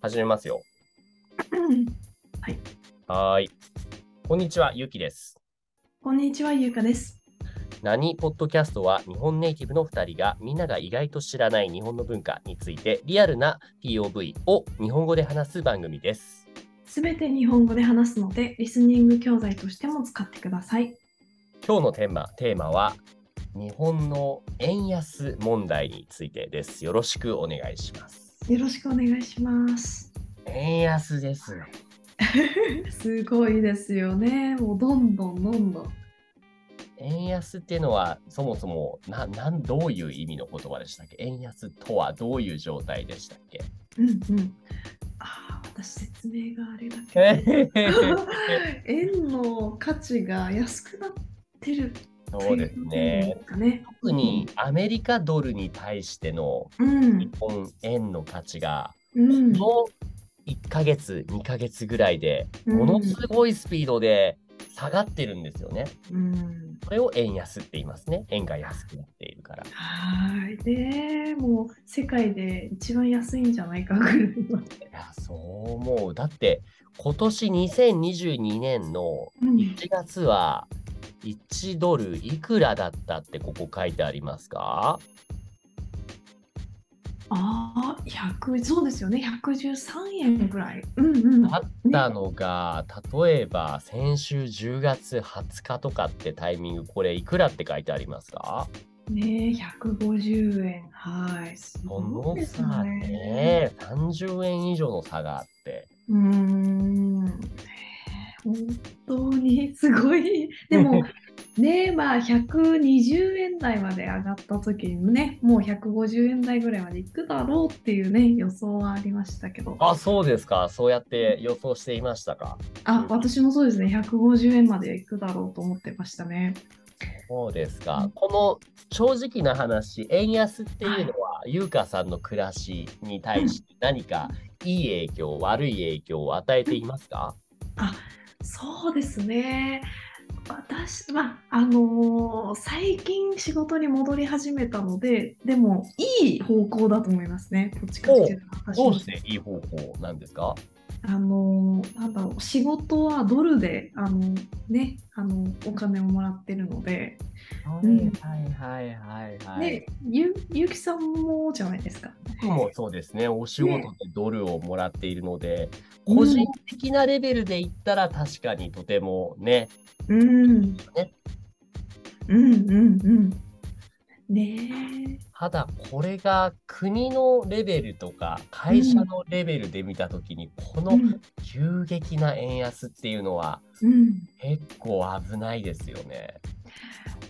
始めますよ。はい。はーい。こんにちは、ゆきです。こんにちは、ゆうかです。何ポッドキャストは日本ネイティブの2人がみんなが意外と知らない日本の文化についてリアルな POV を日本語で話す番組です。すべて日本語で話すので、リスニング教材としても使ってください。今日のテーマテーマは日本の円安問題についてです。よろしくお願いします。よろしくお願いします。円安です。すごいですよね。もうどんどんどんどん。円安っていうのはそもそもななんどういう意味の言葉でしたっけ円安とはどういう状態でしたっけうんうん。ああ、私説明があれだけど。 円の価値が安くなってるってそういですねう。かね。特にアメリカドルに対してのうん日。本円の価値がうん。もう1ヶ月2ヶ月ぐらいでものすごいスピードで下がってるんですよね。うん。それを円安って言いますね。円が安くなっているから。はい。で、もう世界で一番安いんじゃないかぐらいの。いやそう思う。だって今年2022年のうん1月は1ドルいくらだったってここ書いてありますかああ、100、そうですよね。113円ぐらい。うんうん。あったのが、例えば先週10月20日とかってタイミング、これいくらって書いてありますかねえ、150円。はい。すこごいのです差ね。ね、30円以上の差があって。うーん。ねえ本当にすごい。でも、ねえ、まあ、120円台まで上がった時にね、もう150円台ぐらいまで行くだろうっていうね、予想はありましたけど。あ、そうですか。そうやって予想していましたか。あ、私もそうですね。150円まで行くだろうと思ってましたね。そうですうかん。この正直な話、円安っていうのは、優香さんの暮らしに対して何かいい影響、悪い影響を与えていますかそうですね。私、まあ、あのー最近仕事に戻り始めたので、でも、いい方向だと思いますね。どっちかっていうと私どのうしていい方法なんですかあのーなんだろう、仕事はドルで、あのね、あの、お金をもらってるので、んはいはいはいはで、ゆ、ゆきさんもじゃないですか。僕もそうですね、お仕事でドルをもらっているので、うん個人的なレベルで言ったら確かにとてもね、うん。ねうんうんうん。ねただこれが国のレベルとか会社のレベルで見たときに、こえ。の急激な円安っていうのはうん結構危ないですよね。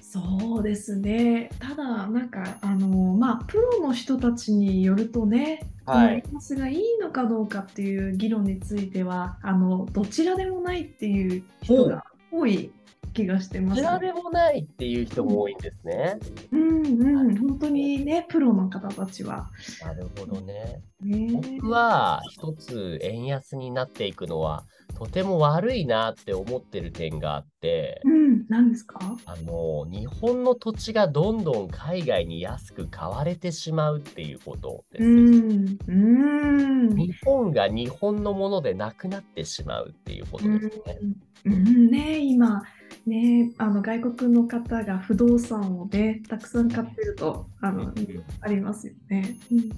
そうですね。ただなんかあのまあプロの人たちによるとね、はいこの円安がいいのかどうかっていう議論についてはあのどちらでもないっていう人が多い気がしてま比す。べもないっていう人も多いんですね。うんうん、本当にねプロの方たちは。なるほどね。ね、僕は一つ円安になっていくのはとても悪いなって思ってる点があってう、ん、なんですか？あの日本の土地がどんどん海外に安く買われてしまうっていうことですうね。んうん。日本が日本のものでなくなってしまうっていうことですね。うんうんね、今ねあの外国の方が不動産をねたくさん買ってるとあの、うんありますよね。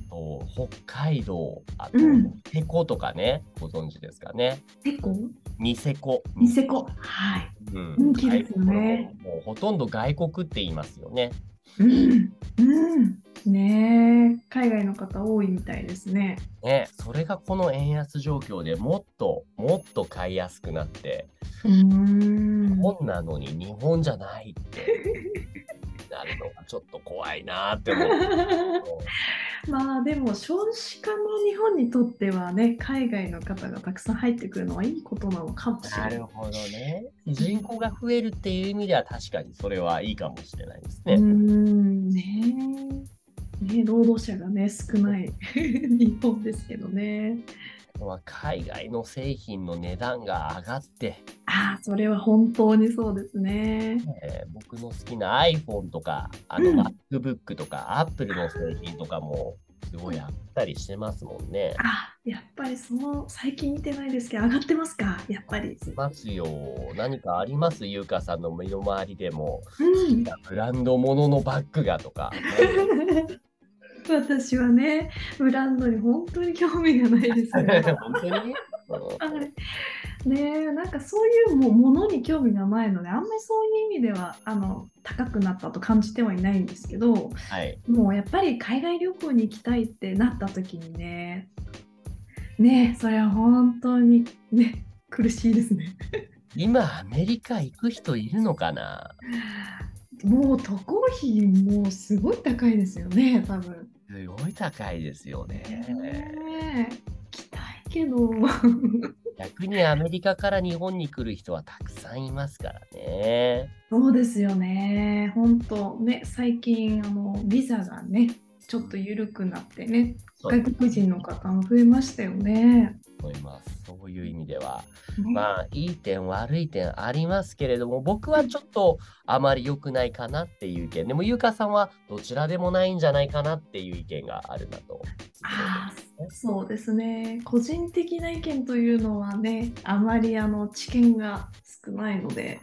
と北海道、あと、うんニセコとかね、ご存知ですかね。結構ニセコ。ニセコはい。うん人気ですよね外国のもうほとんど外国って言いますよね。うん、うん、ね海外の方多いみたいですね。ね、それがこの円安状況でもっともっと買いやすくなって、うーん。日本なのに日本じゃないってなるのがちょっと怖いなって思う。 まあでも少子化の日本にとってはね海外の方がたくさん入ってくるのはいいことなのかもしれ なない。るほどね。人口が増えるっていう意味では確かにそれはいいかもしれないですうーね。んねね労働者がね少ない 日本ですけどね。まあ海外の製品の値段が上がって、ああそれは本当にそうですね。えー僕の好きな iPhone とか、あうんの MacBook とか Apple の製品とかもすごいあったりしてますもんね。あやっぱりその最近見てないですけど上がってますかやっぱり。ますよ。何かあります優香さんの身の回りでも。うん ブランドもののバッグがとか。私はねブランドに本当に興味がない ですね。本当に、はい、ねえなんかそういうもうものに興味がないのであんまりそういう意味ではあの高くなったと感じてはいないんですけどはい。もうやっぱり海外旅行に行きたいってなった時にねねえそれは本当にね苦しいですね。今アメリカ行く人いるのかなもう渡航費もすごい高いですよね多分。すごい高いですよね。ねえ行きたいけど。逆にアメリカから日本に来る人はたくさんいますからね。そうですよね。本当ね、最近あのビザがね、ちょっと緩くなってね、そう外国人の方も増えましたよね。思います。そういう意味では。ねまあ、いい点、悪い点ありますけれども、僕はちょっとあまり良くないかなっていう意見。でも、ゆうかさんはどちらでもないんじゃないかなっていう意見があるなと。あーそうですね。個人的な意見というのはね、あまりあの知見が少ないので、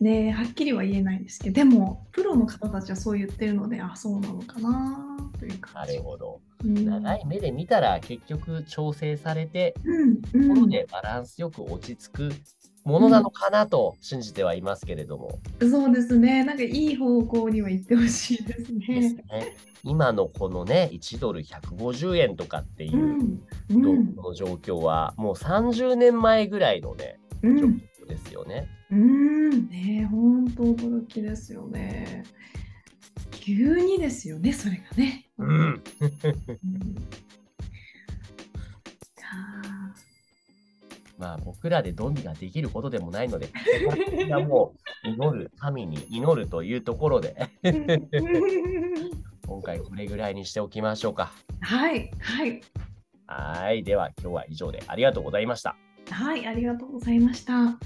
ね、はっきりは言えないですけど、でもプロの方たちはそう言ってるので、あ、そうなのかなというな感じる。ほど。うん長い目で見たら、結局調整されて、うんうんところでバランスよく落ち着くものなのかなと信じてはいますけれども、そうですね。なんかいい方向には行ってほしいですでね、す。ね、今のこのね1ドル150円とかっていううんうどん、この状況はもう30年前ぐらいのねう状ん、況ですよね。うん、ねえ、本当驚きですよね。急にですよね、それがね。ううんん、あまあ僕らでどうにかできることでもないのでこれはもう祈る神に祈るというところでー今回これぐらいにしておきましょうか。はい、はい、はいでは今日は以上でありがとうございました。はい、ありがとうございました。